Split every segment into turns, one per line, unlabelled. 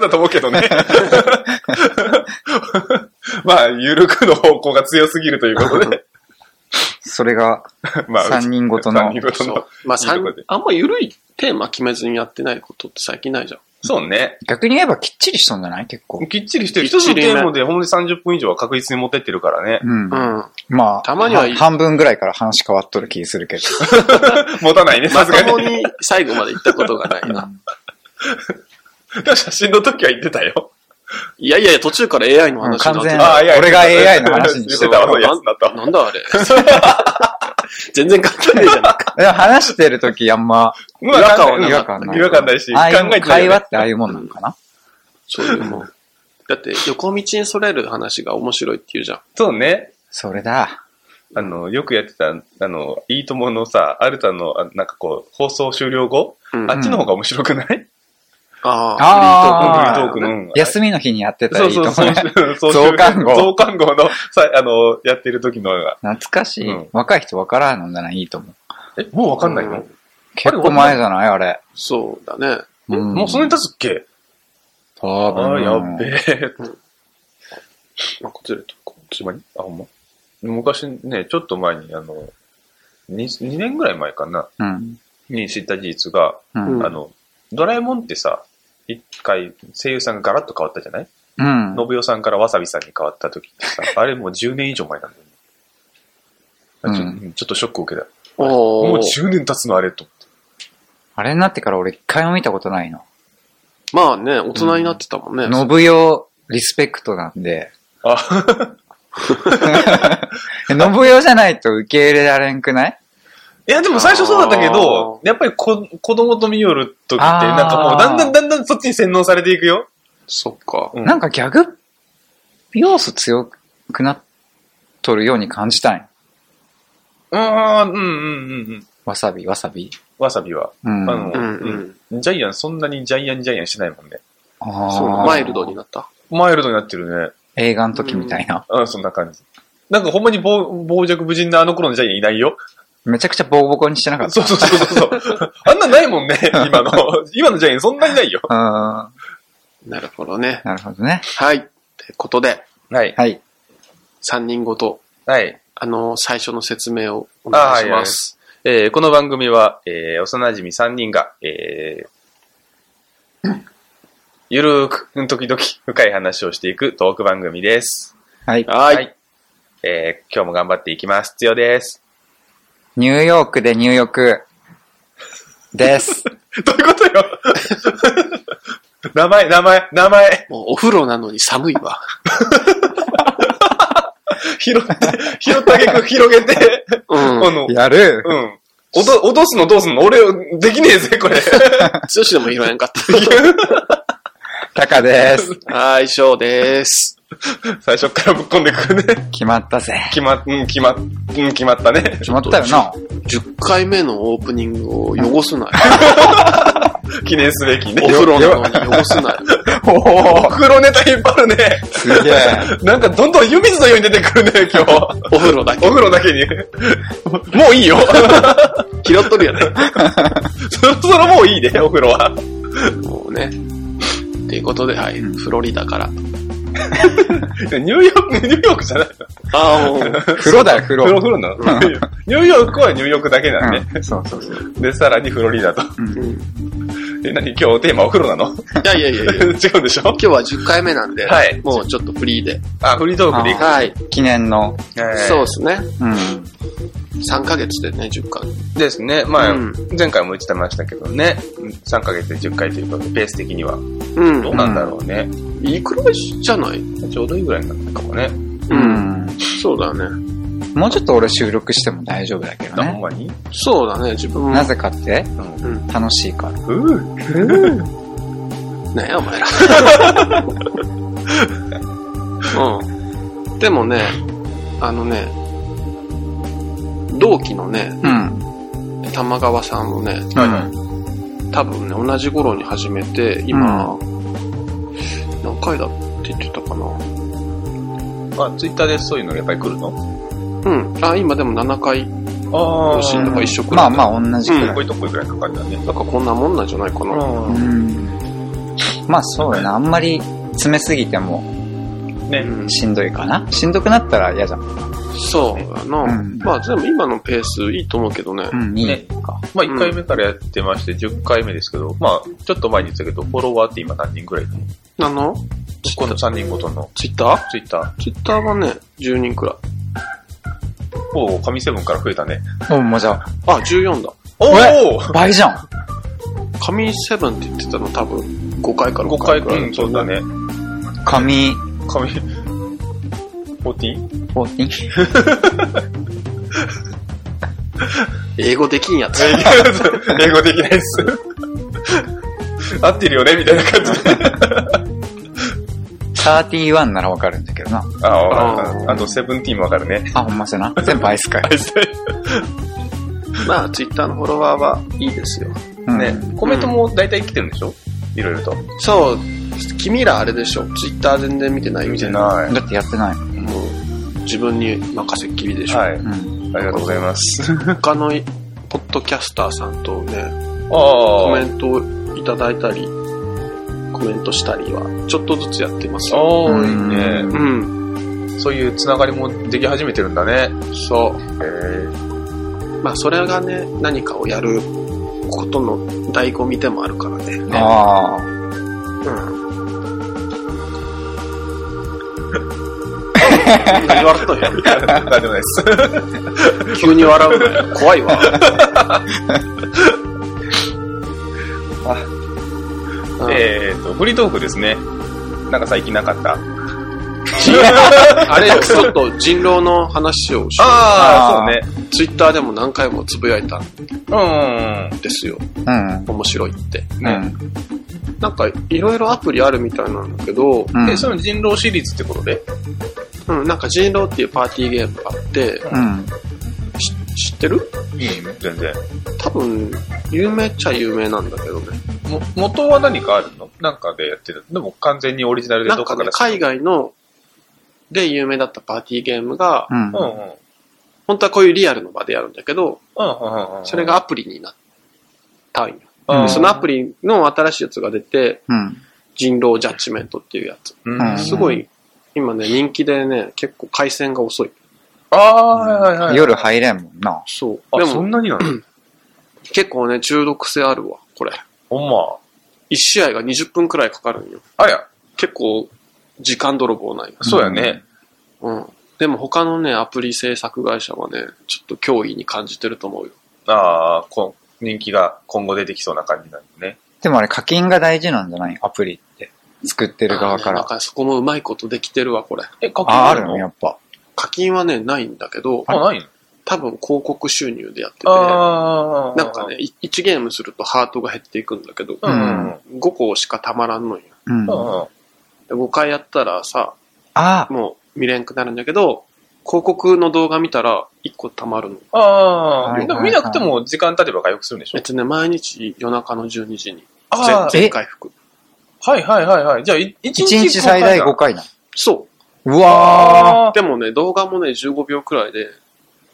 だと思うけどね。 まあ、ゆるくの方向が強すぎるということ で。
それが、
まあ、
三人ごとの
三人ごと
そ
の
う。 まあ、
いいと
三
こで
あんま緩いテーマ決めずにやってないことって最近ないじゃん。
そうね。
逆に言えばきっちりしとんじゃない結構。
きっちりしてる。
きっ
一つ
ちり
の
ね
テーマでほんと30分以上は確実に持ってってるからね。
うん。
うん。
まあ、
たまにはいい
半分ぐらいから話変わっとる気するけど。
持たないね、さ
ますと
が
も
に。
に最後まで行ったことがないうな。
ん
でも 写真の時は言ってたよ。
いやいや、途中から AI の話にな
完
っ
全
て
あ
た。
いや
俺が AI の話に
言
し
ってて
る
たわ、そういうやつだと。
なんだ あれ。全然関係ないじゃん。
でも 話してるときあんま
違
違和感は
違
な
和
か
感
った
な
ね
い。
違和感ないし
ああいう
考えてない
会
よね
話ってああいうもんなのかな
そういうもん。だって、横道にそれる話が面白いって言うじゃん。
そうね。
それだ。
あの、よくやってた、あの、いいとものさ、アルタの、あなんかこう、放送終了後、
うん
あっちの方が面白くない
あ
あ
フ
ー
リートークの。
休みの日にやってたら
そ
いういと
そ
思
う
う
そう
ね。。
そう
増刊号
増刊号の、さ、あの、やってる時のが。
懐かしい。
うん
若い人分からんのじゃないいいと思う。
え、もうわ
わ
かんないの、
結構前じゃないあれ。
そうだね。
うん
もうそれに立つっけ
多
ああ、
分。
やっべえ。
まあ、こちらとこう。
つまりあ、ほんま。昔ね、ちょっと前に、あの、2, 2年ぐらい前かな、
うん。
に知った事実が、
うん。
ん
あの、ドラえもんってさ、一回声優さんがガラッと変わったじゃない
うん。
信代さんからわさびさんに変わった時ってさ、あれもう10年以上前なんだよね。あちょ
うん
ちょっとショックを受けた。も
お
う
ー
10年経つのあれと。
あれになってから俺一回も見たことないの。
まあね、大人になってたもんね。
信代リスペクトなんで。
あ
信代じゃないと受け入れられんくない
いや、でも最初そうだったけど
あ、
やっぱりこ子供と見よる時って、なんかもうだんだんだんだんそっちに洗脳されていくよ。
そっか。
うん
なんかギャグ要素強くなっとるように感じたい。
うーん、うん、うん、うんうん。
わさび、わさび。
わさびは。
うん。
あの
うんうん。
ジャイアン、そんなにジャイアンジャイアンしてないもんね。
あー
そうだマイルドになった。
マイルドになってるね。
映画の時みたいな。
うん、そんな感じ。なんかほんまに傍傍若無人なあの頃のジャイアンいないよ。
めちゃくちゃボコボコにしてなかっ
そうそうそうそう そう。あんなんないもんね、今の。今のジャイアンそんなにないよ。
た。うん。
なるほどね。
なるほどね。
はい。ってことで、
はい。
はい。
3人ごと、
はい。
あの、最初の説明をお願いします。
えーこの番組は、えー、幼馴染3人が、えー、ゆるーく、時々深い話をしていくトーク番組です。
はい。
はい。
えー、今日も頑張っていきます。必要です。
ニューヨークで入浴です。
どういうことよ名前、名前、名前。
もうお風呂なのに寒いわ。
拾って、拾ってあげく、広げて、
う
あ
ん。
の、
やる
うん。落と、落とすのどうすんの俺、できねえぜ、これ。
剛でも言わなかっ
タカです。
た。はい、ショーです。
最初からぶっこんでくるね。
決まったぜ。
決まっ、うん、決まっ、うん、決まったね。
決まったよな。
10回目のオープニングを汚す なよ。
記念すべきね
お。風呂なのに汚すなよ。
お
お
お
風呂ネタ引っ張るね。
すげえ。
なんかどんどん湯水のように出てくるね、今日。
お風呂だけ
お風呂だけに。もういいよ。
拾っとるよね。
そろそろもういいね、お風呂は。
もうね。っていうことで、はい、
うん
フロリダ から。
ニューヨーク、ニューヨークじゃない。
ああ、もう。
風呂だよ、
風
風
呂
呂。
風呂なの。ニューヨークはニューヨークだけなんで。
うん、そうそうそう。
で、さらにフロリダと。
うんい
え、何今日テーマお風呂なの
やいやいやいや。
違うでしょ
今日は10回目なんで、
はい
もうちょっとフリーで。
あ、フリートークでいく。
はい。
記念の。
そうですね。
うん。
3ヶ月でね、10回。
ですね。まあ、
うん
前回も言ってましたけどね。3ヶ月で10回ということで、ペース的には。
う
どうなんだろうね。
ん。いいくらいじゃない
ちょうどいいぐらいになったかもね。
う。
うんん。
そうだね。
もうちょっと俺収録しても大丈夫だけ
ほ
ど
ん
ね。
まに
そうだね、自分も。
なぜかって
うん。
うん。
楽しいから。
う
ねえ、お前ら。 うん。でもね、あのね、同期のね、
うん。
玉川さんもね、
はいはい
多分ね、同じ頃に始めて、今、何回だって言ってたかな。
あ、ツイッターでそういうのやっぱり来るの
うん。あ、今でも7回
あ
更新とか一緒く
ま
ら
あ
い。
まあ同じく
うん、
ら
こうい
い。
うとこいくらいかかるんだね。
なんかこんなもんなんじゃないかな。
うん。まあそうだな、あんまり詰めすぎても
ね、
うん
しんどいかな。しんどくなったら嫌じゃん。
そうやな。
うん
まあ、でも今のペースいいと思うけどね
う。ん、いい。
ねまあ1回目からやってまして、10回目ですけど、まあちょっと前に言ってたけど、フォロワーって今何人ぐらいいるの
何の
この3人ごとの
ツイッター
ツイッタ
ツイッターはね、10人くらい。
ー。おお、神セブンから増えたね。
うん、もうじゃあ、
あ、14だ。
おお
倍じゃん。
神セブンって言ってたの多分5回から
!5
5
回、
回くらい。
うん、そうだ。ね。
紙、
神、14?
14?
英語できんやつ。
英語できないっす。 合ってるよねみたいな感じで。
31ならわかるんだけどな。
あ
あ
あ、あと、セブンティーンもわかる ね。
あ、ほんまそうやな。全部アイスかい。
まあ、ツイッターのフォロワーはいいですよ。
うん
ね、コメントも大体来てるんでしょいろいろと。
そう、君らあれでしょ。ツイッター全然見てないみたいな。
な
だってやってない。
もう、自分に任せっきりでしょ。
はい。
うん。
ありがとうございます。
他のいポッドキャスターさんとね、
あ
コメ
あ。
ントをいただいたり、コメントしたりは、ちょっとずつやってますよ。
ああ、いい
うん
ね。
うん、
そういうつながりもでき始めてるんだね。
そう。
え
まあそれがね、何かをやることの醍醐味でもあるからね。
ああ。
うん。何笑ったんや
え。なんでもないです。
急に笑うのよ。怖いわ。うん
えっと、フリートークですね。なんか最近なか った。
あれよ、ちょっと人狼の話をし
あ
あ
あ、
ー
そうね。
ツイッターでも何回もつぶやいたん
うん
ですよ。
うん。
面白いって。
う
うん。ね。
ん。
なんか、いろいろアプリあるみたいなんだけど、
うん。
え、その人狼シリーズってことで
うん、なんか人狼っていうパーティーゲームがあって、
うん。
し知ってる
いいね全然。
多分、有名っちゃ有名なんだけどね。
も、元は何かあるのなんかでやってる。でも完全にオリジナルで
な
ど
ん
っか
か
か
ね
ら、
海外ので有名だったパーティーゲームが、
うん
うん。うん。うん
本当はこういうリアルの場でやるんだけど、
うんうん。
それがアプリになったんよ。
う
で
ん
そのアプ
リ。
リの新しいやつが出て、
うん。
人狼ジャッジメントっていうやつ。
うん
うん
すごい、今ね、人気でね、結構回線が遅い。
ああ、はいはいはい。
夜入れんもんな。
そう。
あ、
で
そん
も、
なになの
結構ね、中毒性あるわ、これ。
ほんま。
1試合が20分くらいかかるんよ。
ありゃ、
結構、時間泥棒なんよ。
そうやね。
うん。でも他のね、アプリ制作会社はね、ちょっと脅威に感じてると思うよ。
ああ、こ人気が今後出てきそうな感じなんだね。
でもあれ課金が大事なんじゃないアプリって。作ってる側か
あー
ら
なん。かそこもうまいことできてるわ、これ。
え、課
あ、あるのやっぱ。
課金はね、ないんだけど、
あ、ないの
多分広告収入でやってて、
ああ。
なんかね、1ゲームするとハートが減っていくんだけど、
うん。うん。
5個しかたまらんのよ。
うん。あ
うん。
で5回やったらさ、
あ、
もう見れんくなるんだけど、広告の動画見たら1個たまるの。
あ
は
あ。
い
でも見なくても時間経てば回復するんでしょ
えっとね、毎日夜中の12時に
ああ
全、全回復。
はいはいはいはい。じゃあ、い一
1
日
日最大5回な。
そう
あ
わ
あ
う。。でもね、動画もね、15秒くらいで、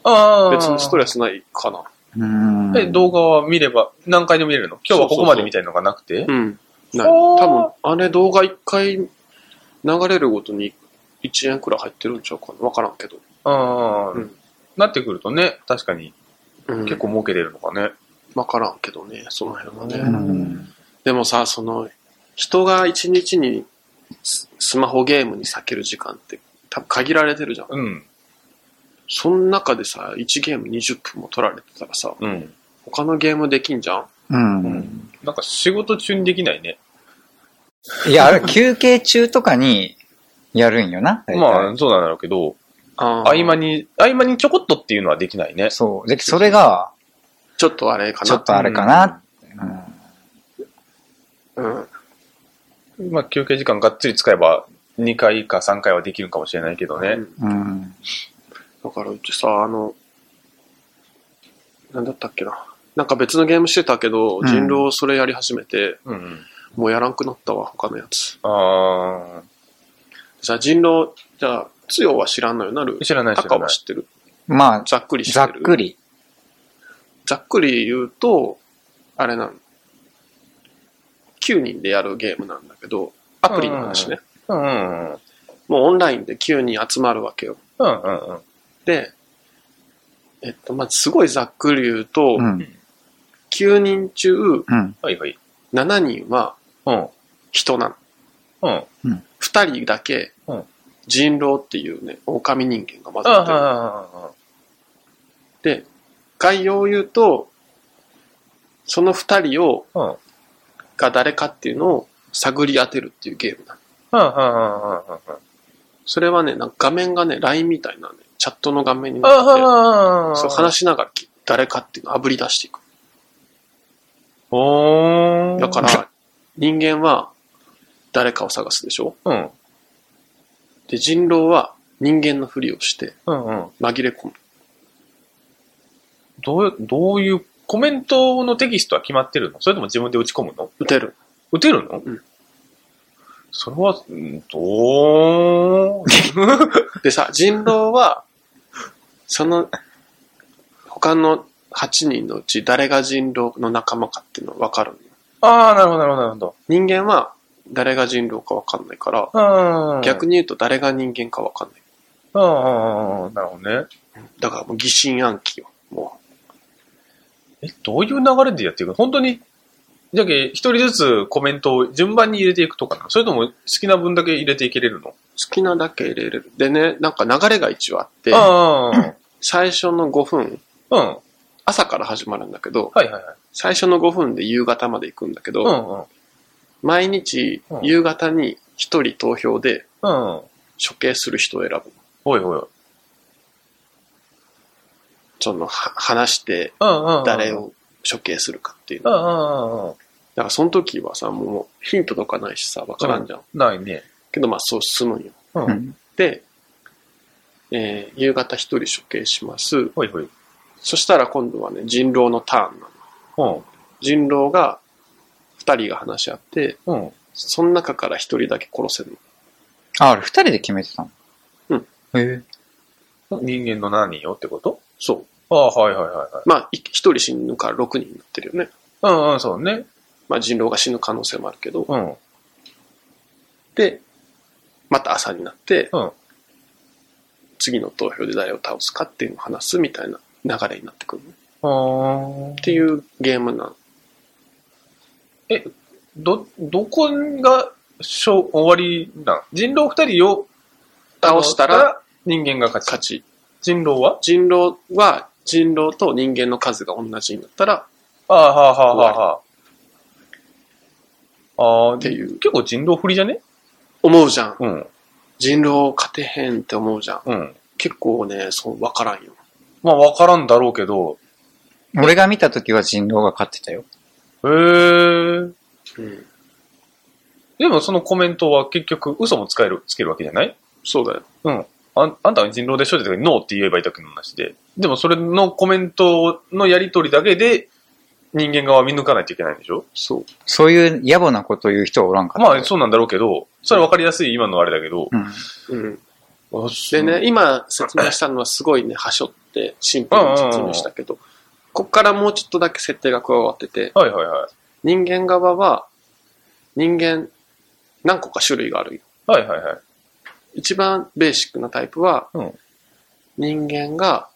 ああ。
別にスト
レ
レスないかな。
ーうん。
え、動画は見れば、何回でも見れるの今日はここまでみたいのがなくて
うん。ない
ほー
多分、あれ動画一回流れるごとに1円くらい入ってるんちゃうかなわからんけど。
うん
う
うんん。なってくるとね、確かに
うん、
結
結構
構儲けれるのかね。
わからんけどね、その辺はね。
うん。
でもさ、その、人が1日にススマホゲームに避ける時間って多分限られてるじゃん。
うん。
その中でさ、1ゲーム20分も取られてたらさ、
うん。
他のゲームできんじゃん
うん。
なんか仕事中にできないね。
いや、あれ休憩中とかにやるんよな。大体
まあ、そうなんだろうけど、
あー
合間に、合間にちょこっとっていうのはできないね。
そう。で、それが、
ちょっとあれかな。
ちょっとあれかな。うん
うん。
まあ、休憩時間がっつり使えば、2回か3回はできるかもしれないけどね
う。ん
うん。
だからうちさ、あの、なんだったっけな。なんか別のゲームしてたけど、
うん
人狼それやり始めて、
うんうん。
もうやらんくなったわ、他のやつ。
あ
じゃあ人狼、じゃあ、つよは知らんのよなる
ー、。知らない
タ
知ら
カ
な。
はい知ってる。
まあ、
ざっくり知
ざ
っ
って
る。
く。り。
ざっくり言うと、あれなの。 9人でやるゲームなんだけど、アプリの話ね。
うんうんうん。
もうオンラインで9人集まるわけよ。
うんうんうん。
で、えっと、まあ、すごいざっくり言うと、
うん。
9人中
うん。
はいはい。
7人は
うん。
人なの。
うん。
2人だけ
うん、
人狼っていうね、狼人間が混
あ
ざってる。
あ、
で、概要を言うと、その二人を、
うん。
が誰かっていうのを探り当てるっていうゲームなの。それはね、なんか画面がね、LINE みたいなね、チャットの画面になってて、そう話しながらき誰かっていうのを炙り出していく。
お
だか、ら、人間は誰かを探すでしょ
うん。
で、人狼は人間のふりをして
うんうん。
紛れ込む。
どう、どういう、コメントのテキストは決まってるのそれとも自分で打ち込むの
撃てる。
打てるの
うん。
それは、うんどう
でさ、人狼は、その、他の8人のうち誰が人狼の仲間かっていうのは分かるのよ
ああ、なるほど、なるほど、なるほど。
人間は誰が人狼か分かんないから、
うん。
逆
に。
に言うと誰が人間か分かんない。
うんうんうんうん。なるほどね。
だからもう疑心暗鬼よ。も
え、どういう流れでやっていくの本当に、じゃけ、一人ずつコメントを順番に入れていくとかなのそれとも好きな分だけ入れていけれるの
う好きなだけ入れれる。でね、なんか流れが一応あって、
ああ、
最初の5分、
うん。は
朝から始まるんだけど、
いはいはい。
最初の5分で夕方まで行くんだけど、
うんうん。
毎日
うん
夕方に1人投票で
うん。
処刑する人を選ぶ。
おいおいおい。
その、は話して
うんうんうん。
誰を処刑するかっていう
う
の。
ん
だ
うんうんう
からその時はさ、もうヒントとかないしさ、分からんじゃん。
ん。ないね。
けどまあそう進むんよ。
うん。
うん。
で、えー夕方一人処刑します。
ほいほい。
そしたら今度はね、人狼のターンなの。
うん。
人狼が、二人が話し合って、
うん。
その中から一人だけ殺せるの。
あ、あれ、二人で決めてたの
うん。
へ
人間の何よってこと
そう。
ああ、はいはいはい。はい
まあ、い一人死ぬから六人になってるよね。
うんうん、そうね。
まあ人狼が死ぬ可能性もあるけど。
うん。
で、また朝になって、
うん
次の投票で誰を倒すかっていうのを話すみたいな流れになってくるの。っ
ああ。
ていうゲームなの。
ど、どこが、しょ、終わりなん人狼二人を
倒したら、
人間が勝
勝
ち。
ち。
人狼は
人狼は、人狼と人間の数が同じになったら、
ああ、はあはあはあはあ。ああ、
っていう
結構人狼不利じゃね
思うじゃん。
うん。
人狼勝てへんって思うじゃん。
うん。
結構ね、そう、わからんよ。
まあ、わからんだろうけど。
え。俺が見た時は人狼が勝ってたよ。
へえ。
うん。
でもそのコメントは結局嘘も使える、つけるわけじゃない
そうだよ。
うん。ああんたは人狼でしょって時にノーって言えばいいだけの話で。でもそれのコメントのやりとりだけで人間側は見抜かないといけないんでしょ
そう。
そういう野暮なこと言う人はおらんかった。
まあそうなんだろうけど、それはわかりやすい今のあれだけど。
うん。
うん。
あ
でね、、今説明したのはすごいね、はしょって、シンプルに説明したけど、こっからもうちょっとだけ設定が加わってて、
そうはいはいはい。
人間側は、人間、何個か種類があるよ。
はいはいはい。
一番ベーシックなタイプは、
うん
人間が、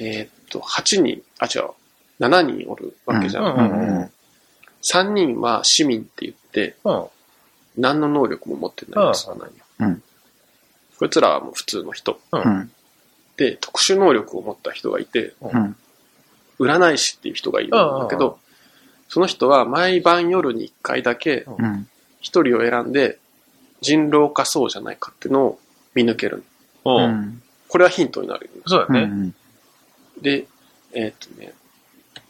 えーっと、8人、あ、違う、7人おるわけじゃん。
うん
うんうん。
3人は市民って言って、
うん。
何の能力も持ってないやつはないよ。
うん
こいつらはもう普通の人。
うん。
で、特殊能力を持った人がいて、
うん。
占い師っていう人がいるんだけ
うんうん
ど、その人は毎晩夜に1回だけ
うん。
一人を選んで、人狼かそうじゃないかっていうのを見抜ける。
うん。
うん。
これはヒントになるよね。
そうだ
う
ね。
ん。
で、えーっとね、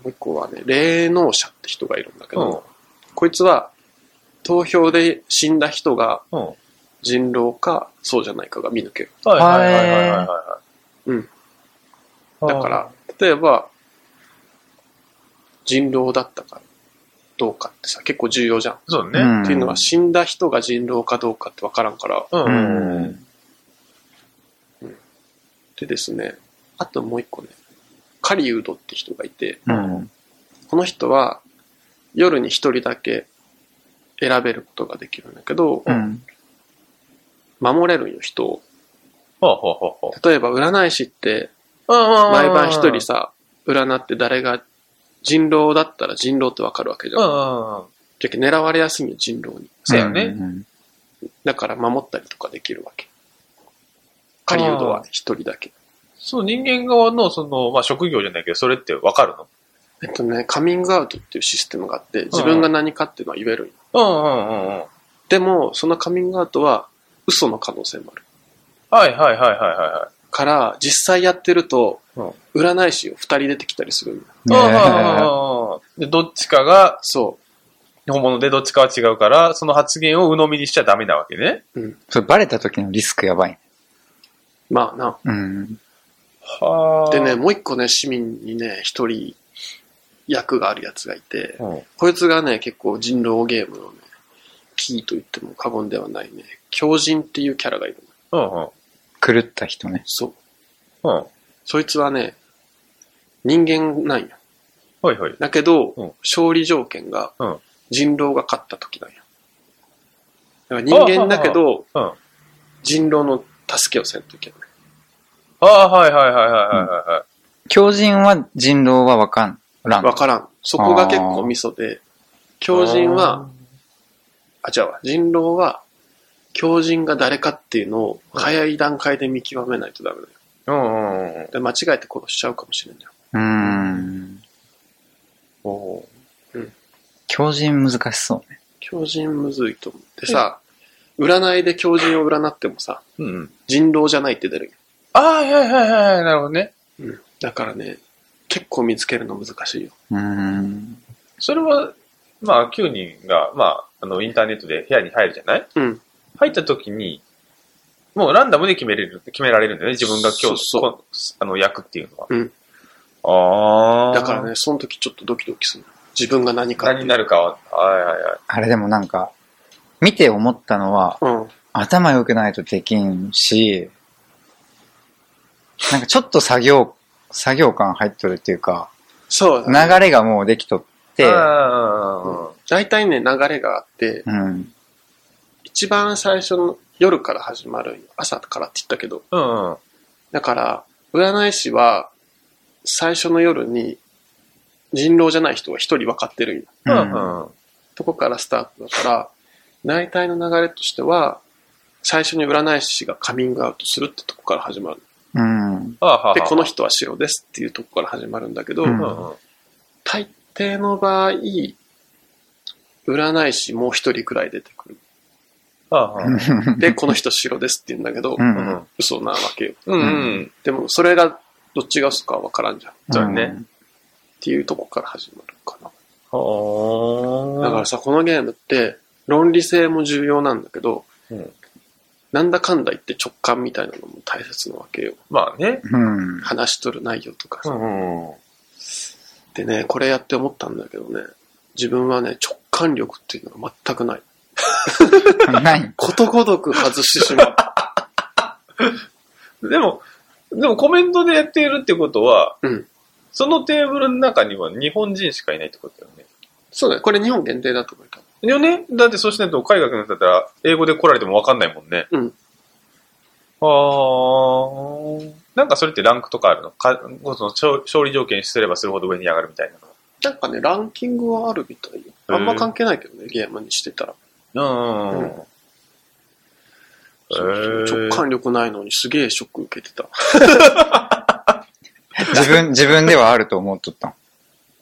もう一個はね、霊能者って人がいるんだけ
うん。
ど、こいつは投票で死んだ人が
うん。
人狼かそうじゃないかが見抜ける。
はいはいはいはいはいはい。
うん。だから、例えば、人狼だったかどうかってさ、結構重要じゃん。っ
そう
う
だ
ん
ね。
ていうのは、死んだ人が人狼かどうかってわからんから。
う。
うん
うん。
ん。
でですね、あともう一個ね、カリウドって人がいて、
うん。
この人は夜に一人だけ選べることができるんだけど、
うん。
守れるよ、人を。
はあ、はあは
例えば、占い師って、
あ、はあ。
毎晩一人さ、占って誰が、人狼だったら人狼ってわかるわけじ
うん
ゃん。
うんうん。
じゃけ狙われやすいよ、人狼に。
そうやね
んんん
だから守ったりとかできるわけ。狩人は一人だけ。
そう、人間側の、その、まあ、職業じゃないけど、それってわかるの
えっとね、カミングアウトっていうシステムがあって、自分が何かっていうのは言えるんよ
うんうんうんうん。
でも、そのカミングアウトは嘘の可能性もある。
はいはいはいはいは
から、実際やってると
うん、占
占い師を二人出てきたりするんよ
い。
ねえ
ああで、どっちかが
そ
本物でどっちかは違うから、その発言を鵜呑みにしちゃダメなわけね。
う。うん。
それバレた時のリスクやばい。
まあな。
うん。
は
でね、、もう一個ね、市民にね、一人役があるやつがいて、
うん、
こいつがね、結構人狼ゲームのね、キーと言っても過言ではないね、狂人っていうキャラがいるの。
うん、うん、
狂った人ね。
そう。
うん。
そいつはね、人間なんよ。
はいはい。
だけど、
うん
勝利条件が
うん、
人狼が勝った時なんよ。だから人間だけど、
うん。あ
人狼の助けをせんといけない。
あ、はいはいはいはいはいは
狂人は人狼はわかんらん。
わからん。そこが結構ミソで、
い。
狂人は、、あ、違うわ、人狼は、狂人が誰かっていうのを早い段階で見極めないとダメだよ。
うんうんうん。
で、間違えて殺しちゃうかもしれないんだよ。
うん。
おー
狂人難しそうね。
狂人むずいと思ってさ、占いで狂人を占ってもさ、
うんうん。
人狼じゃないって出るよ。
ああ、はいはいはいはい、なるほどね。
うん。だからね、結構見つけるの難しいよ。
うん。
それは、まあ、9人が、まあ、あの、インターネットで部屋に入るじゃない
うん。
入った時に、もうランダムで決めれる、決められるんだよね。自分が今日、
そうそう
こあの、役っていうのは。
うん
ああ。
だからね、その時ちょっとドキドキするの。自分が何かって
何になるかは、はいはいはい。
あれでもなんか、見て思ったのは、
うん。
頭良くないとできんし、なんかちょっと作業、作業感入っとるっていうか、
そうだ
流
ね。
れがもうできとって、
あ
大体ね、流れがあって、
うん。
一番最初の夜から始まる朝からって言ったけど、
あ、うんうん。
だから、占い師は、最初の夜に、人狼じゃない人は一人分かってるんよ
う
うんん
うん。うん
とこからスタートだから、大体の流れとしては、最初に占い師がカミングアウトするってとこから始まる。
うん。
ああ、はあはあ
で、この人は白ですっていうとこから始まるんだけど、
う
うんんうん。
大抵の場合、占い師もう一人くらい出て くる。
ああ、はあ。
で、この人白ですって言うんだけど、
うん
うん
嘘なわけよ。
うんう。
うん
でも、それがどっちが嘘かわからんじゃん。っ
そうだね。
ていうとこから始まるかな。
はあ。
だからさ、このゲームって、論理性も重要なんだけど、
うん
なんだかんだ言って直感みたいなのも大切なわけよ。
まあね。
うん。
話しとる内容とかさ。
んうん。
でね、これやって思ったんだけどね、自分はね、直感力っていうのが全くない。
ない。
ことごとく外してしまう。
でも、でもコメントでやっているってことは、
うん
そのテーブルの中には日本人しかいないってことだよね。
そうだね、これ日本限定だと思うけど。
よねだってそうしないと海外の人だったら英語で来られてもわかんないもんね。
うん。
あー。なんかそれってランクとかあるのかその勝勝利条件すればするほど上に上がるみたい
なんかね、ランキングはあるみたいよ。あんま関係ないけどね、ゲームにしてたら。
な。うん
うんうんそうそう直感力ないのにすげえショック受けてた。い
自分、自分ではあると思っとった。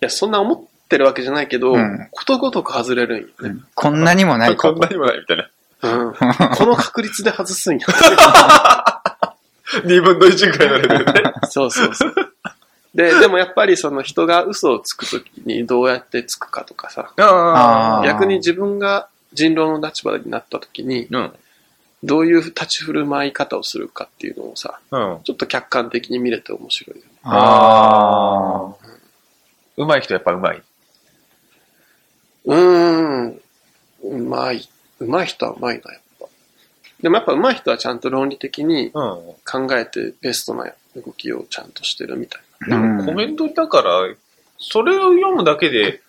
や、そんな思ってるわけじゃないけど、
うん
ことごとく外れるんよね。
うんこんなにもない
こ
か
ん
と。
なにもないみたいな。
うんこの確率で外すんや。
2分の1ぐらいのレベルで。
そうそうそう。で、でもやっぱりその人が嘘をつくときにどうやってつくかとかさ、
あー
逆に自分が人狼の立場になったときに、
うん。
どういう立ち振る舞い方をするかっていうのをさ、
うん。
ちょっと客観的に見れて面白いよね。
ああ。
うまい人やっぱうまい。
うーん。うまい。うまい人はうまいな、やっぱ。でもやっぱうまい人はちゃんと論理的
う
に
ん。
考えてベストな動きをちゃんとしてるみたい
でもコメントだから、それを読むだけで、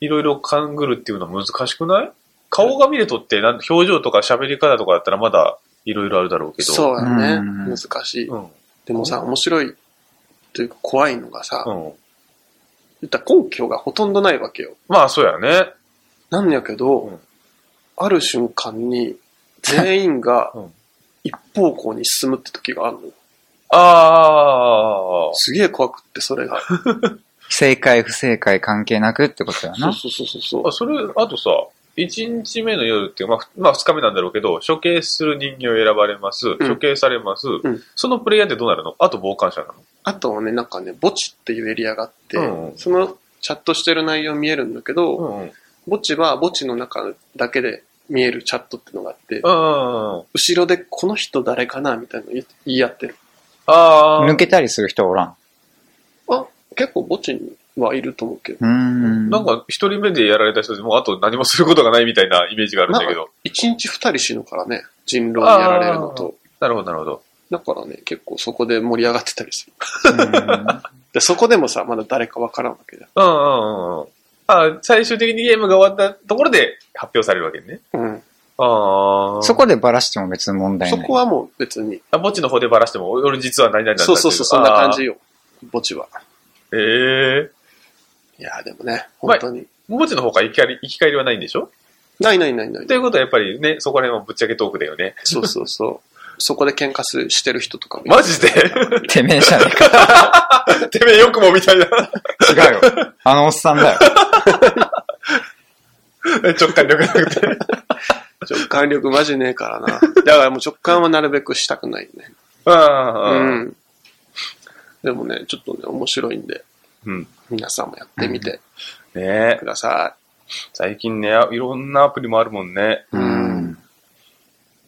いろいろ勘ぐるっていうのは難しくない顔が見るとって、なん表情とか喋り方とかだったらまだいろいろあるだろうけど。
そうだね。
うん
難しい。
うん。
でもさ、面白いというか怖いのがさ、
うん。
言ったら根拠がほとんどないわけよ。
まあ、そうやね。
なんやけど、
うん
ある瞬間に全員が
うん
一方向に進むって時があるのよ。
ああ。
すげえ怖くって、それが。
正解不正解関係なくってことや
そう
な。
そうそうそうそ
あ
う。
それ、あとさ、1日目の夜っていう、まあ、ふまあ、2日目なんだろうけど、処刑する人間を選ばれます、処刑されます、
ん
そのプレイヤーってどうなるのあと傍観者なの
あとはね、なんかね、墓地っていうエリアがあって、
うん
そのチャットしてる内容見えるんだけど、
んうん。
墓地は墓地の中だけで見えるチャットってのがあって、
うんうん。
後ろでこの人誰かなみたいなの言い合ってる。
あ
抜
あ。
けたりする人はおらん。
あ、結構墓地にはいると思うけど。
うーん。
なんか、一人目でやられた人でもうあと何もすることがないみたいなイメージがあるんだけど。
一日二人死ぬからね、人狼にやられるのと。
なるほど、なるほど。
だからね、結構そこで盛り上がってたりする。
うん
で、そこでもさ、まだ誰かわからんわけだ。
うんうんうんうん。あ最終的にゲームが終わったところで発表されるわけね。
うん。
ああ。
そこでバラしても別に問題
そ
ない。
こはもう別に。
あ。墓地の方でバラしても、俺実は何々なんだ
そうそうそう、そんな感じ
え
よ。墓地は。
えー。
いやーでもね、
まあ
本当に。
墓地の方から生き返り、生き返りはないんでしょ
ないないないない
と。いうことはやっぱりね、そこら辺はぶっちゃけトークだよね。
そうそうそう。そこで喧嘩すしてる人とかもいる
マジ で
てめえじゃねえか。
てめえよくもみたいな
違うよ。あのおっさんだよ。
直感力なくて。
直感力マジねえからな。だからもう直感はなるべくしたくないね。 う
ああ
ん。でもね、ちょっとね、面白いんで、
うん。
皆さんもやってみて
ねえ
く。ださ。
最近ね、あいろんなアプリもあるもんね。
うーん。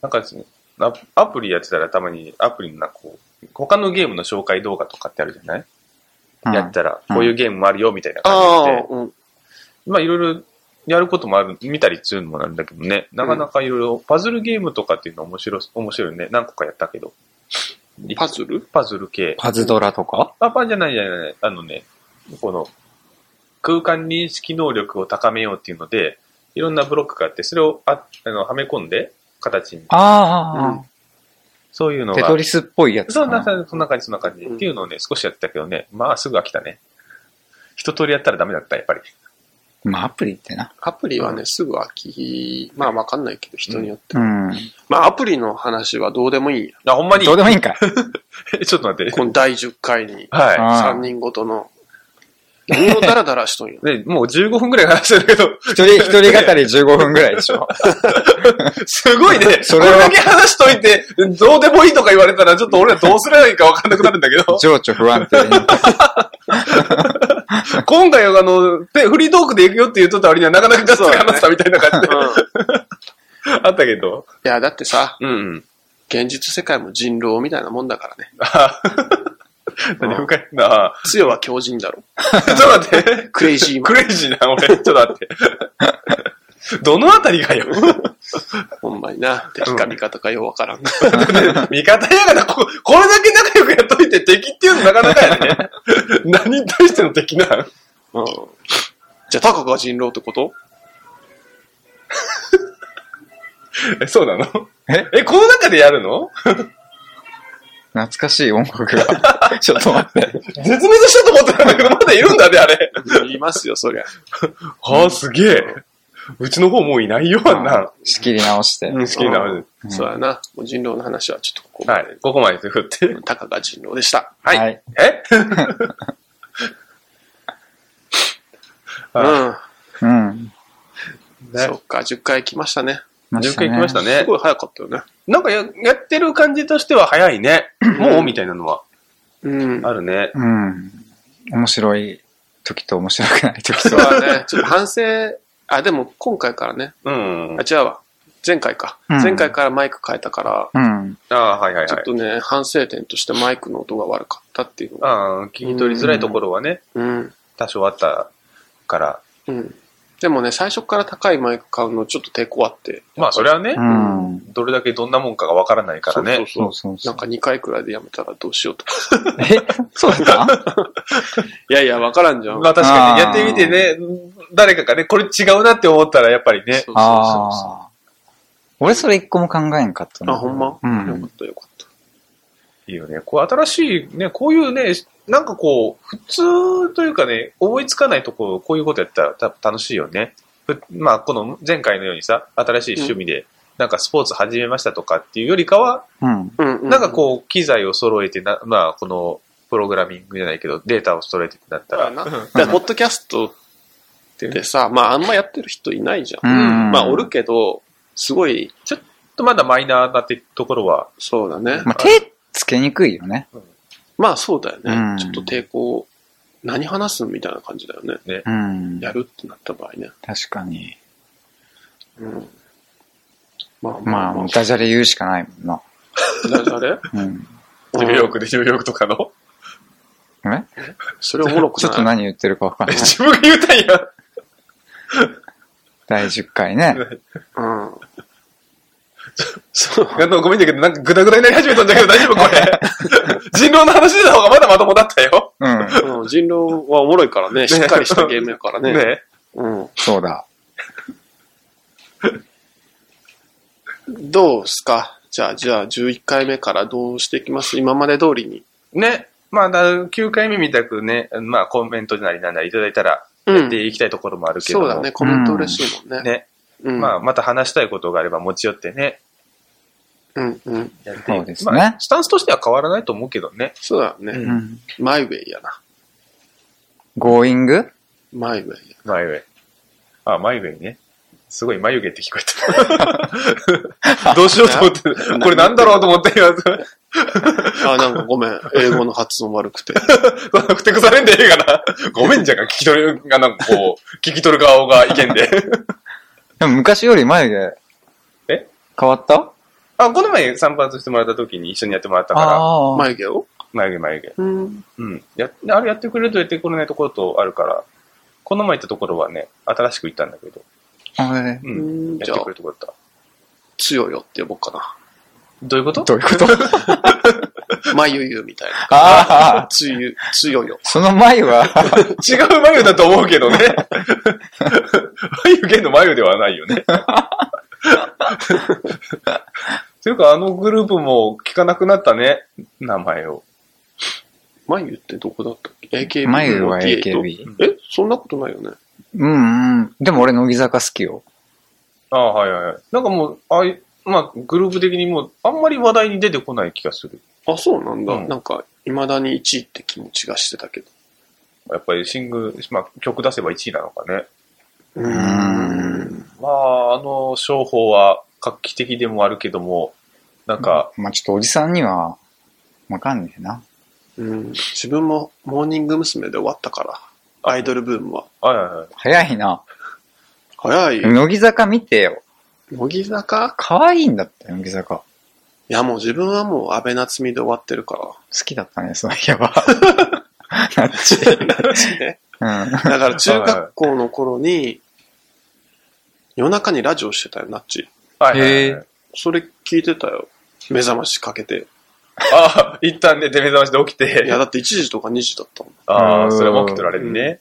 なんかですね、アアプリやってたらたまにアプリのなんかこう、他のゲームの紹介動画とかってあるじゃない、やったら、
うん
こういうゲームもあるよみたいない感じで、
ああ、うん。
まあいろいろやることもある、見たりするのもなんだけどね、なかなかいろいろ、パズルゲームとかっていうの面白い、面白いね。何個かやったけど。
パズル
パズル系。
パズドラとか
パパじゃないじゃない、あのね、この、空間認識能力を高めようっていうので、いろんなブロックがあって、それをああのはめ込んで、形に。
あ
そういう
あ、
の
テ
が
ト。リスっぽいやつ
そ
か
うな
な。
そんな感じ、そんな感じ。
うん
っていうのをね、少しやってたけどね、まあすぐ飽きたね。一通りやったらダメだった、やっぱり。
まあアプリってな。
アプリはね、すぐ飽き、まあわかんないけど、人によって。
うん。
まあアプリの話はどうでもいいや。
あ、ほんま に、
どうでもいいんかい。
ちょっと待って。
この第10回に、
は
あー
3人ごとの、何をダラダラしとんや。
い。ね、もう15分くらい話してるけど、
一人、一人語り15分ぐらいでしょ。
すごい ね。
それ
これ
は
だけ話しといて、どうでもいいとか言われたら、ちょっと俺らどうすればいいかわかんなくなるんだけ ど。
情緒不安定に。
今回はあの、でフリートークで行くよって言っとった割にはなかなかガッツリ話したみたいな感じで、
うん。い
あったけど。
や、だってさ、
うんうん。
現実世界も人狼みたいなもんだからね。
あ何深いな
強は強人だろ。
ちょっと待って。
クレイジーマン
クレイジーな、俺。ちょっと待って。 どのあたりがよ。
ほんまにな。敵か味方かようわからん。
味方やから、ここれだけ仲良くやっといて敵っていうのなかなかやね。 何に対しての敵なん
うん。じゃあ、タカが人狼ってこと
え、そうなの
え
え、この中でやるの
懐かしい音楽 が。ちょっと待って。
絶滅したと思ってたんだけど、まだいるんだね、あれ。
いますよ、そりゃ。
はあ、すげえ。うちの方もういないよ、あんな。
仕切り直して。
うん、好きなので。
ん
そうやな。もう人狼の話はちょっとここ。
はい、ここまでということで振って。
タカが人狼でした。
はい。
はい
え
う
は
ん。
うん。
ね
そっか、10回来ましたね。
10回来ました
す
ね。
ごい早かったよね。
なんかややってる感じとしては早いね。もうみたいなのは
うん。
あるね。
うん。面白い時と面白くない時
そ
と
う。だね。ちょっと反省、あ、でも今回からね。
うん
あ、。違うわ。前回か。
うん
前回からマイク変えたか
う
ら、
ん。
ああ、はいはい
ち
は
ょっ
い。
とね、反省点としてマイクの音が悪かったっていうのが。
ああ、聞き取りづらいところはね、
うん。
多少あったから。
うん。でもね、最初から高いマイク買うのちょっと抵抗あって。
まあ、それはね
う、ん。
どれだけどんなもんかがわからないからね。
そう
そ
そう
う
そ
そう
う。な
そ
ん
う。
か2回くらいでやめたらどうしようとか。
え、そうだった
いやいや、わからんじゃん。
まあ確かに、や
あ
っ
ー
てみてね、誰かがね、これ違うなって思ったら、やっぱりね
そ、うそうそうそう
ああ。俺それ一個も考えんかったな
あ、ほんま、
う
よかっ
ん。
たよかった。
いいよね。こう、新しい、ね、こういうね、なんかこう、普通というかね、思いつかないとこ、こういうことやったら多分楽しいよね。ふまあ、この前回のようにさ、新しい趣味で、なんかスポーツ始めましたとかっていうよりかは、
うん。
うん、うん。
なんかこう、機材を揃えてな、まあ、この、プログラミングじゃないけど、データを揃えてってなったら、
そうやなだからポッドキャストってさ、まああんまやってる人いないじゃん。
うん
まあおるけど、すごい、
ちょっとまだマイナーなってところは、
そうだね。
まあ手つけにくいよね。
まあそうだよね。
うん
ちょっと抵抗、何話すみたいな感じだよね。
うん。
やるってなった場合ね。
確かに。
うん。まあま
ま
あ、
あ、
まあ、
ダジャレ言うしかないもんな。
誰
うん。
ニューヨークでニューヨークとかの、
え
それおもろく
ちょっと
ない
何言ってるかわ かんない。
自分が言うたんや。
第10回ね。
うん。そう。
あの、ごめんだけど、なんかグダグダになり始めたんだけ ど、大丈夫これ。 人狼の話してた方がまだまともだったよ。
うん。
うん人狼はおもろいからね。しっかりしたゲームやから ね。
ね
うん。
そうだ。
どうすかじゃあ、じゃあ、11回目からどうしていきます今まで通りに。
ね。まあ、だ9回目みたくね、まあ、コメントなりなんなりいただいたら、
う
やっ
ん。
ていきたいところもあるけど
そ
も、
うだね。コメント嬉しいもんね。
ね。
うん。
まあ、また話したいことがあれば持ち寄ってね、
うんうん。
やっていく
そうですね
まあスタンスとしては変わらないと思うけどね。
そうだね。
うん
うん。
マイウェイやな。
ゴーイング
マイウェイや。
眉毛。あ、眉毛ね。すごい眉毛って聞こ えた。どうしようと思って、これなんだろうと思って、
あ、なんか ごめん。英語の発音悪くて。
ふてくされんでええがな。ごめんじゃんが、聞き取る、がなんかこ う、聞き取る顔が意見で。
でも昔より眉毛。
え
変わった
あ、この前散髪してもらった時に一緒にやってもらったから、
ああ。
眉毛を
眉毛眉毛。
うん。
うん。や、あれやってくれるとやってくれないところとあるから、この前行ったところはね、新しく行ったんだけど、
あれ
う。
うんん。じ
やって
ゃあ
くれ、るところだっ
強いよって呼ぼうか
た。どういうこと
どういうこと
な。マユユみたいな。
ああ。
つゆ、強いよ。
その前は、
違う眉だと思うけどね。眉毛の眉ではないよ ね。というか、あのグループも聞かなくなったね、名前を。
マユってどこだったっけ ?AKB。
眉は
48
AKB。
えそんなことないよね。
うんうん。でも俺、乃木坂好きよ。
ああ、はいはいはい。なんかもう、ああいまあ、グループ的にもう、あんまり話題に出てこない気がする。
あ、そうなんだ。
うん
なんか、未だに1位って気持ちがしてたけど。
やっぱりシングル、まあ、曲出せば1位なのかね。
う
ー
ん。
まあ、あの、商法は画期的でもあるけども、なんか、
まあちょっとおじさんには、わかんねえな。
うん。自分もモーニング娘。で終わったから。アイドルブームは。
はいはいはい。
早いな。
早いよ。
乃木坂見てよ。
乃木坂
可愛いんだって、乃木坂。好
いや、もう自分はもう安倍夏実で終わってるから。
きだったね、そういえば。ナッチ。
ね
うん。
だから中学校の頃に、夜中にラジオしてたよ、ナッチ。
はいはい、
へ
はい
え。
それ聞いてたよ。目覚ましかけて。
ああ、一旦寝て目覚ましで起き
いや、
て、
だって1時とか2時だったもん。
ああ、それも起きてられるね。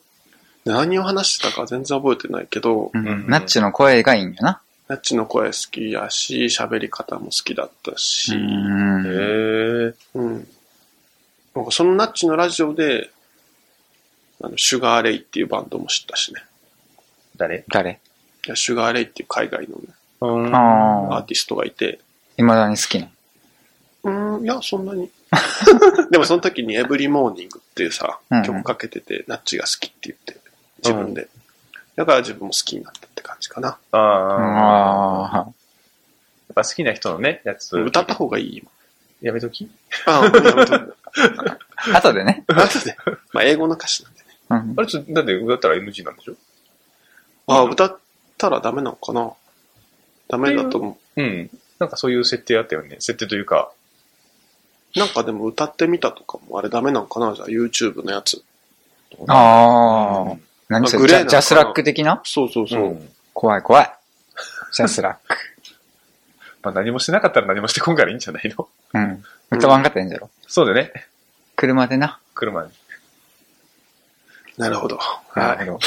で何を話してたか全然覚えてないけど、
うんナッチの声がいいんやな。
ナッチの声好きやし、喋り方も好きだったし、
へえ。
ん。
うん。なんかそのナッチのラジオで、あの、シュガーレイっていうバンドも知ったしね。
誰
誰
いやシュガーレイっていう海外のね、
うん
アー
ああ。
ティストがいて、
未だに好きな。
うーん、いや、そんな に。でもその時にエブリモーニングっていうさ
うんうん、
曲かけてて、ナッチが好きって言って、自分で。だから自分も好きになったって感じかな。
ああ。や
ああ。
っぱ好きな人のね、やつ。
歌った方がいい今。
やめとき
あ、うんやめとく
後でね。
あとで、まあ英語の歌詞なんでね。
うん
あ。れ、ちょっと、だって歌ったら NG なんでしょ
あ、歌ったらダメなのかなダメだと思
うん。なんかそういう設定あったよね。設定というか、
う。なんかでも歌ってみたとかも、あれダメなのかなじゃあ YouTube のやつ。
ああ。何そ
グ
れ
レ
ジ
ーな
ャジャスラック的な
そうそうそう。
うん
怖い怖い。ジャスラック。
まあ、何もしなかったら何もして今回はいいんじゃないの
うん。歌わんかったらいいんじゃろ。
そうだよね。
車でな。
車に。
なるほど。
な
は
る
い。
ほ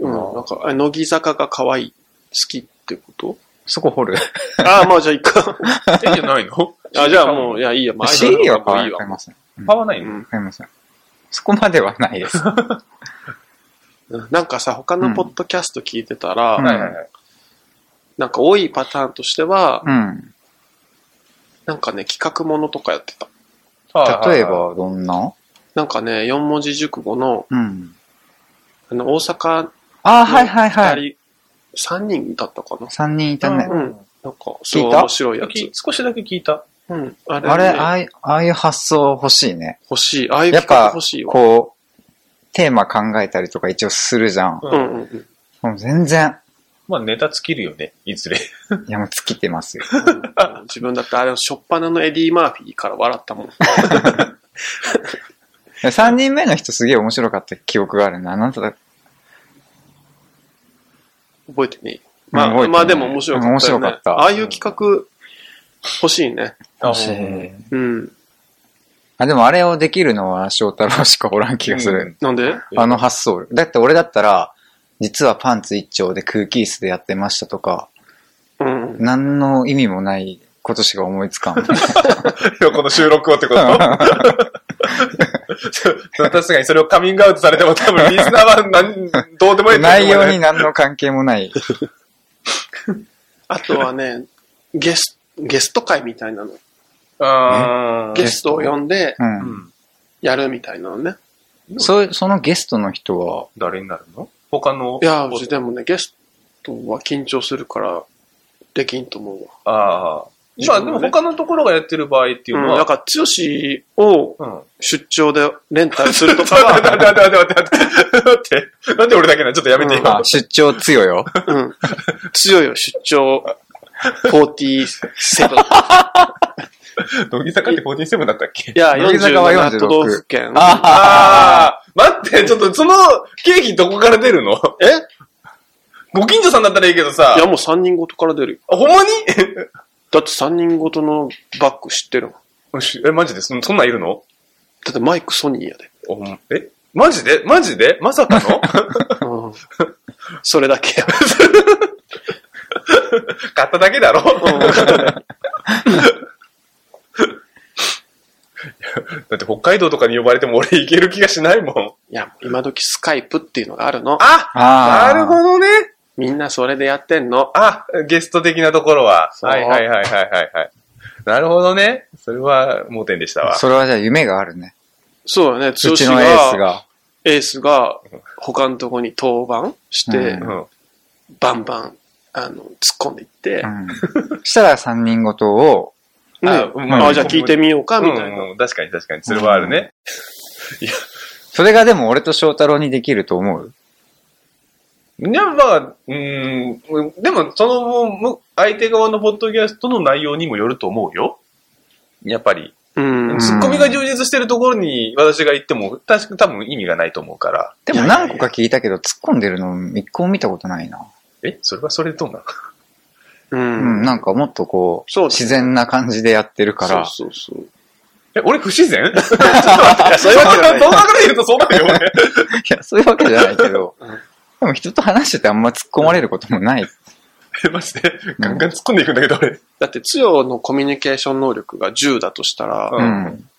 ど。
うん、なんか、あ乃木坂が可愛い、好きってこと
そこ掘る。
ああ、まあじゃあいっか。
え、じゃないの
あじゃあもう、いや、いいよ。まあ、
CD は
可
買
愛い
い
わ。
ません。うん
買わないの、
うん
買いません。そこまではないです。
なんかさ、他のポッドキャスト聞いてたら、
うん
はいはいはい。
なんか多いパターンとしては、
うん。
なんかね、企画ものとかやってた。
はい
例え
は
ば、どんな
なんかね、四文字熟語の、
うん。
あの、大阪
あー、はいはいはい。
二人、三人だったかな
3人いたね
う。ん
なんか、す
聞
ご
い
い
た
面白い
い
や
はいき
つ。
少しだけ聞いた。
うん。あれ,、ね、
あれ、ああいう、ああいう発想欲しいね。
欲しい。ああいう
やっ
企
ぱ
画欲しいわ。
こう、テーマ考えたりとか一応するじゃん。
う
うんうんうん。
もう全然、
まあ、ネタ尽きるよね。いずれ。
いやもう尽きてます よ。
うん自分だってあれ、しょっぱなのエディ・マーフィーから笑ったもん。
3人目の人すげえ面白かった記憶があるな。なんとだ、
覚えてねえよ。ま
うん覚え
あ、
てね
まあでも面白かった、ね。
面白かった
ああいう企画、欲しいね。
あ
し
うん
うん。
あ、でもあれをできるのは翔太郎しかおらん気がする。
なんで
うん
あの発想力。だって俺だったら、実はパンツ一丁で空気椅子でやってましたとか、
うん。
何の意味もないことしか思いつ かん。
今日 この収録をってこと ちょ確かにそれをカミングアウトされても多分リスナーは何、どうでもいいと思うよね
内容に何の関係もない。
あとはね、ゲスト、ゲスト会みたいなの。
あー
ゲストを呼んで
う。
うんん。
やるみたいなのね。
そう、そのゲストの人は、
誰になるの他の。
いや、うちでもね、ゲストは緊張するから、できんと思う
あ
わ。
あ。
自
まあ
分
で
のね、
も他のところがやってる場合っていううんの
なん
は、
か、剛を
うん。待
出張でレンタルするとか
っ
は、
て待って待って待って待って。待って。なんで俺だけなのちょっとやめて
うん
よ。
あ、出張強いよ。
うん、強いよ、出張47。
乃木坂って47だったっけ
いや、
乃木坂は
47都道府県。
あ
ああ待って、ちょっとその経費どこから出るの
えい
ご近所さんだったらいいけどさ
や、、もう3人ごとから出るよ。
ほんまに
だって3人ごとのバッグ知ってるもん
え、マジでそんそんなんいるの
だってマイクソニーやで。
おえマジでマジでまさかの
うん、それだけや。
買っただけだろ だって北海道とかに呼ばれても俺行ける気がしないもん。
いや、今時スカイプっていうのがあるの。
あ
あ
な
ー
るほどね。
みんなそれでやってんの。
あ、ゲスト的なところは。
そう
はいはいはいはいはいはい。なるほどね。それは盲点でしたわ。
それはじゃあ夢があるね。
そうだね、
う
剛
ちのエース
が、
が。
エースが他のとこに登板して、
う
うん。
バンバン、あの、突っ込んでいって、
うん。したら三人ごとを、
ね、
あ
あ、
うんうん
じゃあ聞いてみようか、みたいな。
うんうん確かに確かに。それはあるね。
それがでも俺と翔太郎にできると思う
いや、まあ、うーん、でも、その、む相手側のポッドキャストの内容にもよると思うよ。やっぱり。
うん。
ツッコミが充実してるところに私が行っても、確か多分意味がないと思うから。
でも何個か聞いたけど、突っ込んでるの一個も見たことないな。
えそれはそれでどうなの
う
うん、
ん。
なんかもっとこう、
そうだね
自然な感じでやってるから、
そうそうそう。
え、俺不自然 ちょっと待って、そういうわけじゃない。その中で言うとそうだよ、俺。
いや、そういうわけじゃないけど
うん、
でも人と話しててあんま突っ込まれることもない。
え、 マジで、ガンガン突っ込んでいくんだけど、俺。
だって、つよのコミュニケーション能力が10だとしたら、
う
うんん。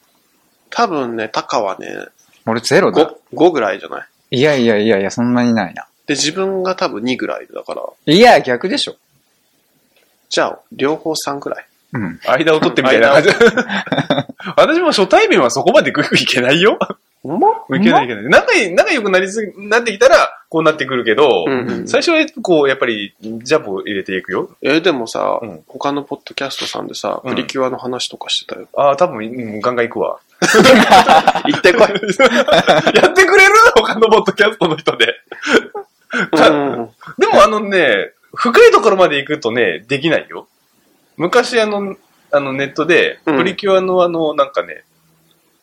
多分ね、タカはね、
俺ゼロだ。
5、5ぐらいじゃない
いやいやいやいや、そんなにないな。
で、自分が多分2ぐらいだから、
いや、逆でしょ。
じゃあ、両方3ぐらい。
うん。
間を取ってみたいな感じ。 私も初対面はそこまでグイグイいけないよ。
ほんま
いけないいけない。仲いい仲良くなりすぎ、なってきたら、こうなってくるけど、
うんうん
最初はこう、やっぱり、ジャブを入れていくよ。
えでもさ、
うん
他のポッドキャストさんでさ、
うん
プリキュアの話とかしてたよ。
ああ、多分、うん、ガンガン行くわ。
行ってこい。
やって くれる他のポッドキャストの人で。
うん。
でもあのね、深いところまで行くとね、できないよ。昔あの、あのネットで、
うん
プリキュアのあの、なんかね、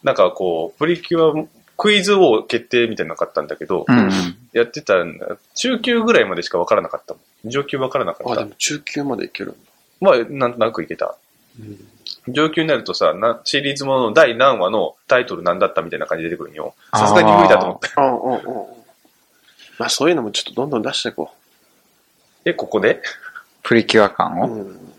なんかこう、プリキュアクイズ王決定みたいなのがあったんだけど、
うんうん。
やってたんだ中級ぐらいまでしか分からなかったもん。上級分からなか
あ、
っ
で
た。
も中級までいけるんだ。
まあ、なんとなくいけた。
うん。
上級になるとさ、なシリーズものの第何話のタイトルなんだったみたいな感じで出てくるんよ。さすがに無理だと思って。
ああ、うんうんうん。まあそういうのもちょっとどんどん出していこ
え、ここで
プリキュア感
う。
を、
うん。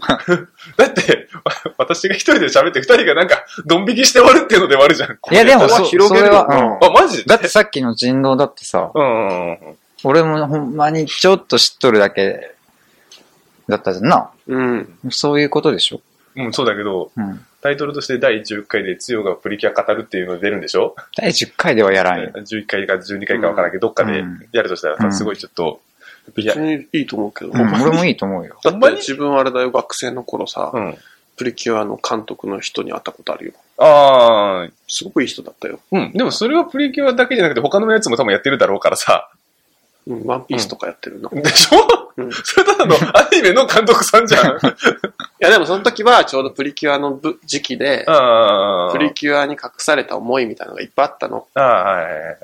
だって、 わ私が一人で喋って二人がなんか、ドン引きして終わるっていうので終わるじゃん。
いやでも
これ
そ
広げる
それは
あ、マジで
だってさっきの人狼だってさ、
うんうんうん。
俺もほんまにちょっと知っとるだけだったじゃんな。
うん。
そういうことでしょ。
うん、そうだけど、
うん。
タイトルとして第11回で強がプリキュア語るっていうのが出るんでしょ、
第10回ではやらんよ。
?11 回か12回かわからんけど、どっかでやるとしたら
う
さ、
ん
すごいちょっと、いや
別、にいいと思うけど。
うん、俺もいいと思うよ。
だ
ほん
っ
ま
て
に
自分あれだよ、学生の頃さ、
うん。
プリキュアの監督の人に会ったことあるよ。
ああ、
すごくいい人だったよ。
うん。でもそれはプリキュアだけじゃなくて他のやつも多分やってるだろうからさ。
うん、ワンピースとかやってるな。い
でしょ
うん
それた だのアニメの監督さんじゃ ん。
や、でもその時はちょうどプリキュアのぶ時期で、
ああ。
プリキュアに隠された思いみたいなのがいっぱいあったの。
ああ、はいはいはい。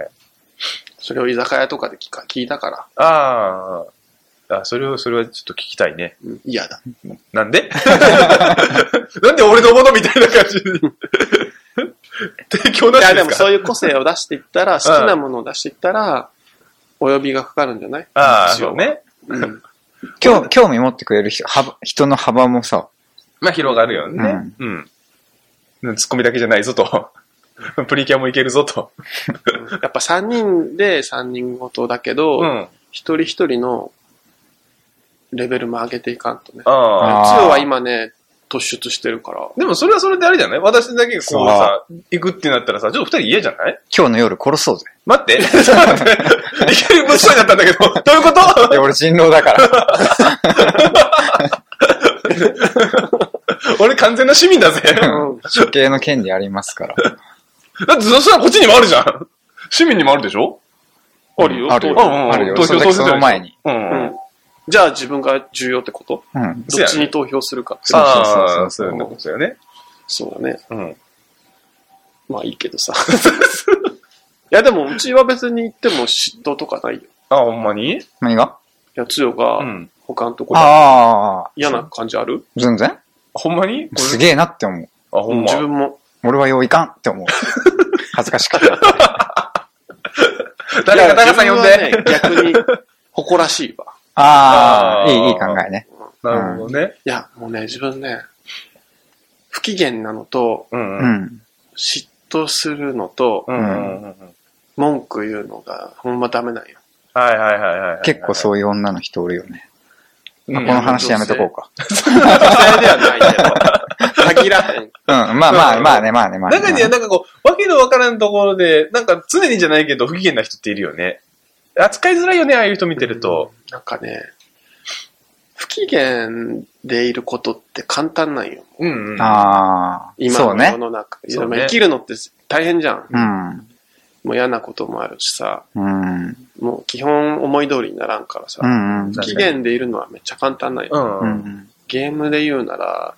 それを居酒屋とかで聞か聞いたから、
ああ。あ、それを、それはちょっと聞きたいね。
うん嫌だ。
なんで なんで俺のものみたいな感じに。 提供ないし
や、
で
ですも
か
そういう個性を出していったら、好きなものを出していったら、お呼びがかかるんじゃない
ああ、そう。ね。
うん。
興興味持ってくれる人幅人の幅もさ、
まあ広がるよね。うん。ツッコミだけじゃないぞと。 プリキュアもいけるぞと。
やっぱ3人で3人ごとだけど、
うん。
一人一人のレベルも上げていかんとね。
ああ。
あー
強は今ね、突出してるから。
でもそれはそれであれじゃない私だけがこうさ、行くってなったらさ、ちょっと二人嫌じゃない
今日の夜殺そうぜ。
待って。 ちょっと待って。いきなり物騒になったんだけど、どういうこ
いや、俺人狼だから。
と俺完全な市民 だぜ。
うん
処刑の権利ありますから。
だってそしたらこっちにもあるじゃん。市民にもあるでしょあるよ。
あるよ
うんうんうん
あるよ
東京
それ
東
その前に。
うん
う
うん。
んじゃあ自分が重要ってこと
うん。
そう
ど
や
っ
ね
ちに投票するかって
そうそうそ
あ
う
あ、
そ
そうういうことだよね。
そうだね。
うん。
まあいいけどさ。 いやでもうちは別に行っても嫉妬とかないよ。い
あ、ほんまに
何が
や、つよ
う
が
ん。
他のところ
ああ、
嫌な感じある
全然
ほんまに
すげえなって思う。
あ、ほんま
自。分も。
俺はよういかんって 思う。恥ずかしくて。
誰か高さん呼ん
いや
で。
自分はね逆に誇ら しいわ。
あ
あ
あ、
ー
いい、いい考えね。
なるほどね。
いや、もうね、自分ね、不機嫌なのと、
うん
う
うん。
ん。
嫉妬するのと
う、んうんうんうん。
文句言うのがほんまダメなん よ。
はいはいはいはいはい。
結構そういう女の人おるよね。まあこの話やめとこうか。
女性ではないけど、 限らへん。
うん、まあまあ、まあね、まあね、まあね。
中にはなんかこう、わけのわからんところで、なんか常にじゃないけど不機嫌な人っているよね。扱いづらいよね、ああいう人見てると。
なんかね、不機嫌でいることって簡単なんよ。
うんうん。
ああ、
今
そう
の世
ね。
の中。いや
そうね
生きるのって大変じゃん。
うん。
もう嫌なこともあるしさ、
うん。
もう基本思い通りにならんからさ、
うん。うん
不機嫌でいるのはめっちゃ簡単なんよ。
うん。
う
うん
ん。
ゲームで言うなら、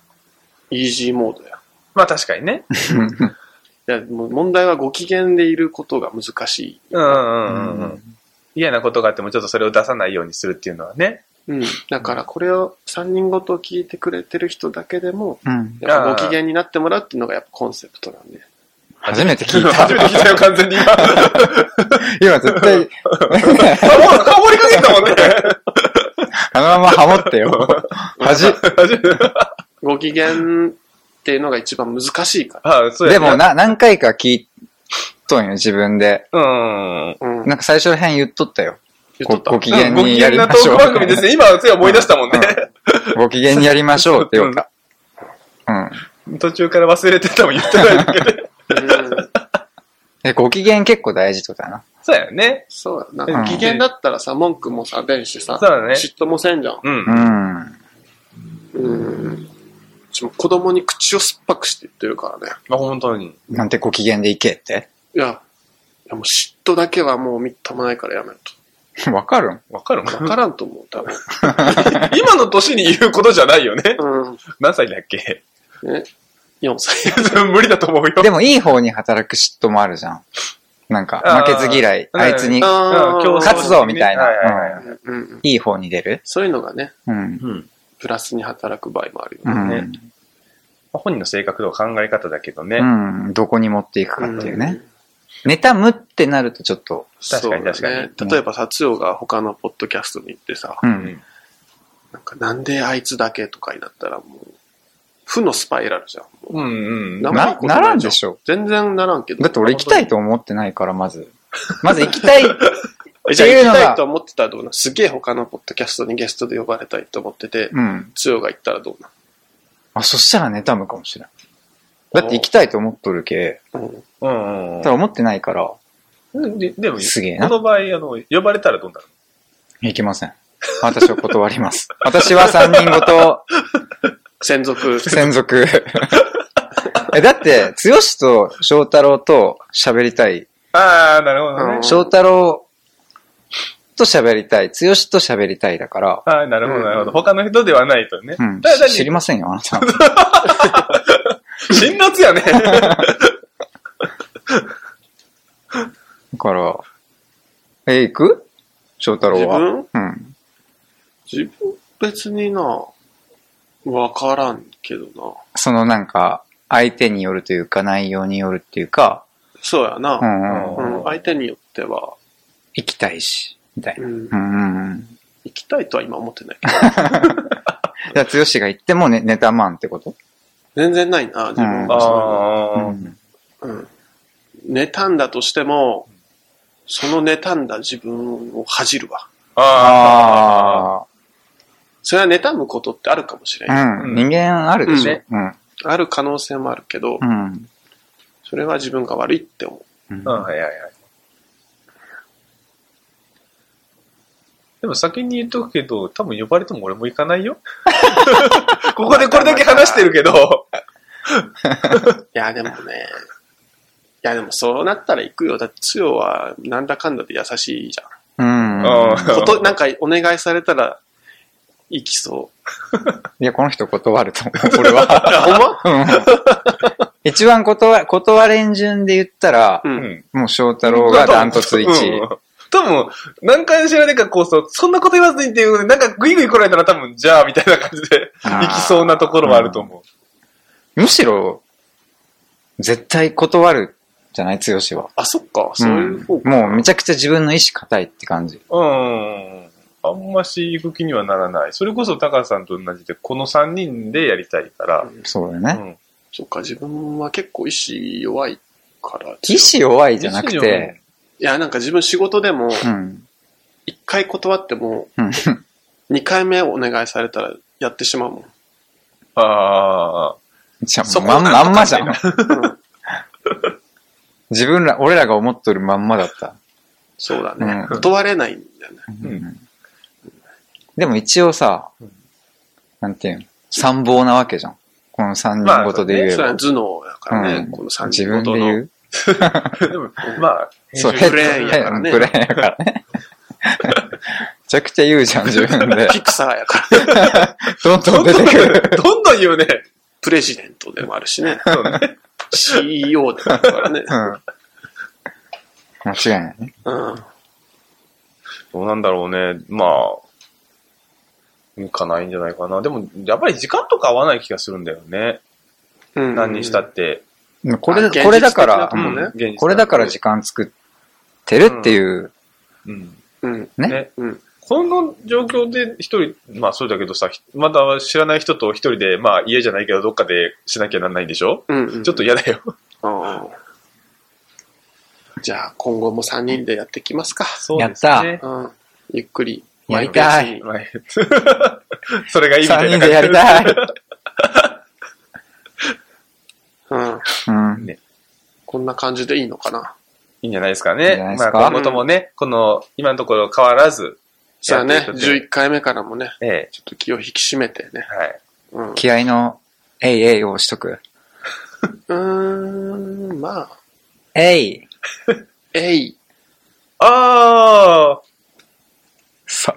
イージーモードや。
まあ確かに ね。
いや、もう問題はご機嫌でいることが難しい。
うんうんうんうん。嫌なことがあってもちょっとそれを出さないようにするっていうのはね。
うん。だからこれを3人ごと聞いてくれてる人だけでも、
うん。
やっぱご機嫌になってもらうっていうのがやっぱコンセプトなんで。
初めて聞いた。
初めて聞いたよ、完 全に今。ハ
今絶 対、
モりかけたもんね。
あのままハモって よ。恥。
初めて。
ご機嫌っていうのが一番難しいか
あそう
で
やね
も、な、何回か聞いとんよ、自分で。
うん。
ら。うん。
なんか最初ら辺言っとったよ。
言っと
ご
った
ご機嫌にやりま
ご機
し
嫌
ょう
なトー。ク番組ですね。今、そうい思い出したもんね。
ご機嫌にやりましょうって言おうか。うん。
途中から忘れてたもん言ってないだけ で。
うん
え、ご機嫌結構大事とだな。
そうやね。
そうだ
う
な。
ん
機嫌だったらさ、文句もさ、弁しさ、
そうだね
嫉妬もせんじゃん。
う。
うんん。
うん。うちも子供に口を酸っぱくして言ってるからね。
まあ本当に。
なんてご機嫌でいけって。
いや、いやもう嫉妬だけはもうみっともないからやめる
わかるん
わかる
と。わからんと思う、多分。
今の年に言うことじゃないよね。
うん。
何歳だっけ
ね、4歳。
無理だと思うよ。
でもいい方に働く嫉妬もあるじゃん。なんか、
あー
負けず嫌い、
はい
あいつに
あー
競争
勝つぞみたいな
はいはいはい
うんうん。
いい方に出る。
そういうのがね、
うん。
うん。
プラスに働く場合もある
う
よね。
ん。
本人の性格とか考え方だけどね。
うん。どこに持っていくかっていうね。妬むってなるとちょっと、
確かに
そうだね
確
かに
例えば、達夫が他のポッドキャストに行ってさ、
う。。
うん
なんかなんであいつだけとかになったらもう、負のスパイラルじゃん。もう
うんうん。
な
な
あんまり
な、
ことない
ならんでしょ。
全然ならんけど。
だって俺行きたいと思ってないから、ま ず。まず行きたい。
え
って
じゃあ
い
行
う
き
のが
たいと思ってたらどうなんすげえ他のポッドキャストにゲストで呼ばれたいと思ってて、
うん。
つよが行ったらどう
あ、そしたら妬むかもしれん。だって行きたいと思っとるけ、
なんうん
うんうん
ただ思ってないから、
うん。ででも、
すげえ
こ
な。
の場合、あの、呼ばれたらどうなる
行きません。私は断ります。私は三人ごと
専属。
専属。え、だって、剛と翔太郎と喋りたい。
ああ、なるほど
うん
ね。
翔太郎と喋りたい。剛と喋りたいだから。
ああ、なるほ
うん
ど、なるほど。他の人ではないとね。
うん。
ただ単
知り
に、
ませんよ、あなた。
辛辣やね。
だから、え、行く翔太郎は。
自
うん。
自分別にな、わからんけどな。
そのなんか、相手によるというか、内容によるっていうか、
そうやな。
う
うん
ん、うん、
うん
相手によっては、
行きたいし、みたいな。
うん
うん、うん、うん。
行きたいとは今思ってないけど。
じゃあ、剛が行ってもね、ネタマンってこと
全然ないな、自分はそ
ああ。
ん。
ういうの。うん。妬んだとしても、その妬んだ自分を恥じるわ。
ああ。
あ
それは妬むことってあるかもしれん。
あ。うん。人間あるでしょ。うん。
ある可能性もあるけど
う、ん。
それは自分が悪いって思
うん
うん、はいはいはい。でも先に言っとくけど、多分呼ばれても俺も行かないよ。 ここでこれだけ話してるけど。
う。いや、でもね、いや、でもそうなったら行くよ。だって、つよはなんだかんだで優しいじゃん。
うん。
うん
こと、なんかお願いされたら、行きそ
いや、この人断ると思う、俺は。
う。あ、ほんま
うん一番断、断れん順で言ったら
う、。
うんん。
もう翔太郎がダントツ1位。
うん多分、何回も知らねえかこうそう、そんなこと言わずにっていう、なんかグイグイ来られたら多分、じゃあ、みたいな感じで、
あー
行きそうなところはあると思う。
むしろ、絶対断るじゃない、剛は。
あ、そっか。そういう方
うん
向。
もうめちゃくちゃ自分の意志固いって感じ。
うん。あんまし行く気にはならない。それこそ高橋さんと同じで、この3人でやりたいから。
そうだよ
う
ね。
ん。
そっか、自分は結構意志弱いから。
意志弱いじゃなくて、
いや、なんか自分仕事でも、
うん。
一回断っても、
うん。
二回目お願いされたらやってしまうもん。
ああ。
じゃあ
そ
も
こ
うまん
なんとか
まんまじゃん
み。
うん
自分ら、俺らが思っとるまんまだった。
そうだね。
うん
断れないんだよね。
うん
でも一応さ
うん、
なんていうの、参謀なわけじゃん。この三人ごとで言え
それは
ば。
頭脳やからね、
うん
この三
自
人
分
ご
で
と
言
の。
う
でも、まあ、
そう、
ブレーンやからね
ブレーンやから ね。めちゃくちゃ言うじゃん、自分 で。
ピクサーやから、
どんど
ど
ん
ん
出
ど
て
ん、
くる。
どんどん言うね。
プレジデントでもあるしね、
そうね。
CEO でもあるからね
う。ん。間違いないね。
うん。
どうなんだろうね。まあ、行かないんじゃないかな。でも、やっぱり時間とか合わない気がするんだよね。
うん
何にしたって。
でもこれ、
あ現実
これだか
的な
ら
と、こうんね
現実
これだから時間作ってるっていう、
うん。
うん。
ね。
ね。
うん。
この状況で一人、まあそうだけどさ、ひまだ知らない人と一人で、まあ家じゃないけどどっかでしなきゃなんないんでしょ
うん。
ちょっと嫌だよ。
うん。じゃあ、今後も3人でやっていきますか。
そう
ですね。
うん。ゆっくり。
やりたい
マイペースに
まあ それがいいみた
三
いな
人でやりたい。
う
う
ん。
ん。
こんな感じでいいのかな。
いいんじゃないですか
いいん
ね。
じゃないです
ま
か
あ今後ともね、この、今のところ変わらず。
そう
や
ね
っ。ていくっていう
11回目からもね、
ええ。
ちょっと気を引き締めてね。
はい。
うん。う
気合の、えいえいをしとく。
ーん、まあ、
えい。
えい。
ああ
さ、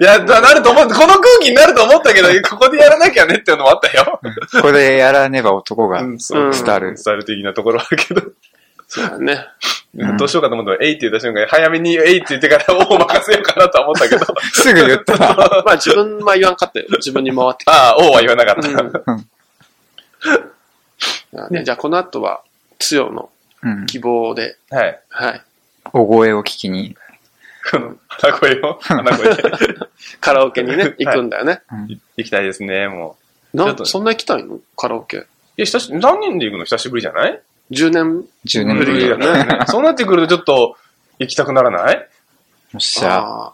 いや、ななると思う。この空気になると思ったけど、ここでやらなきゃねっていうのもあったよ。
これやらねば男が。
うん、そうう。
んスタ
イル
スタイル的なところはあるけど。
そう だね。
うん
どうしようかと思ったら、えいって言った瞬間に、早めにえいって言ってから、おお、任せようかなとは思ったけど、
すぐ言った ら、
まあ自分は言わんかったよ。自分に回って
ああ、おおは言わなかった。
うんあねじゃあこの後は、つよの
うん、
希望で、
はい。
はい。
お声を聞きに
この、鼻声を、鼻声で。
カラオ ケにね、行くんだよね。
行きたいですね、もう。ちょ
な
っと
んそんな行きたいのカラオケ。
いや、久し、何人で行くの久しぶりじゃない
10年、
10年
ぶ
ぶ
り
り。
だよ
よ
ね
ね。そうなってくると、ちょっと、行きたくならない
っしゃ、
あー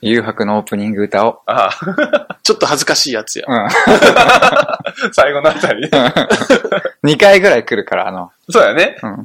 誘白のオープニング歌を。
あ
ちょっと恥ずかしいやつや。
うん。
あ、最後のあたりね。
2回ぐらい来るから、あの、
そうだよね。
うん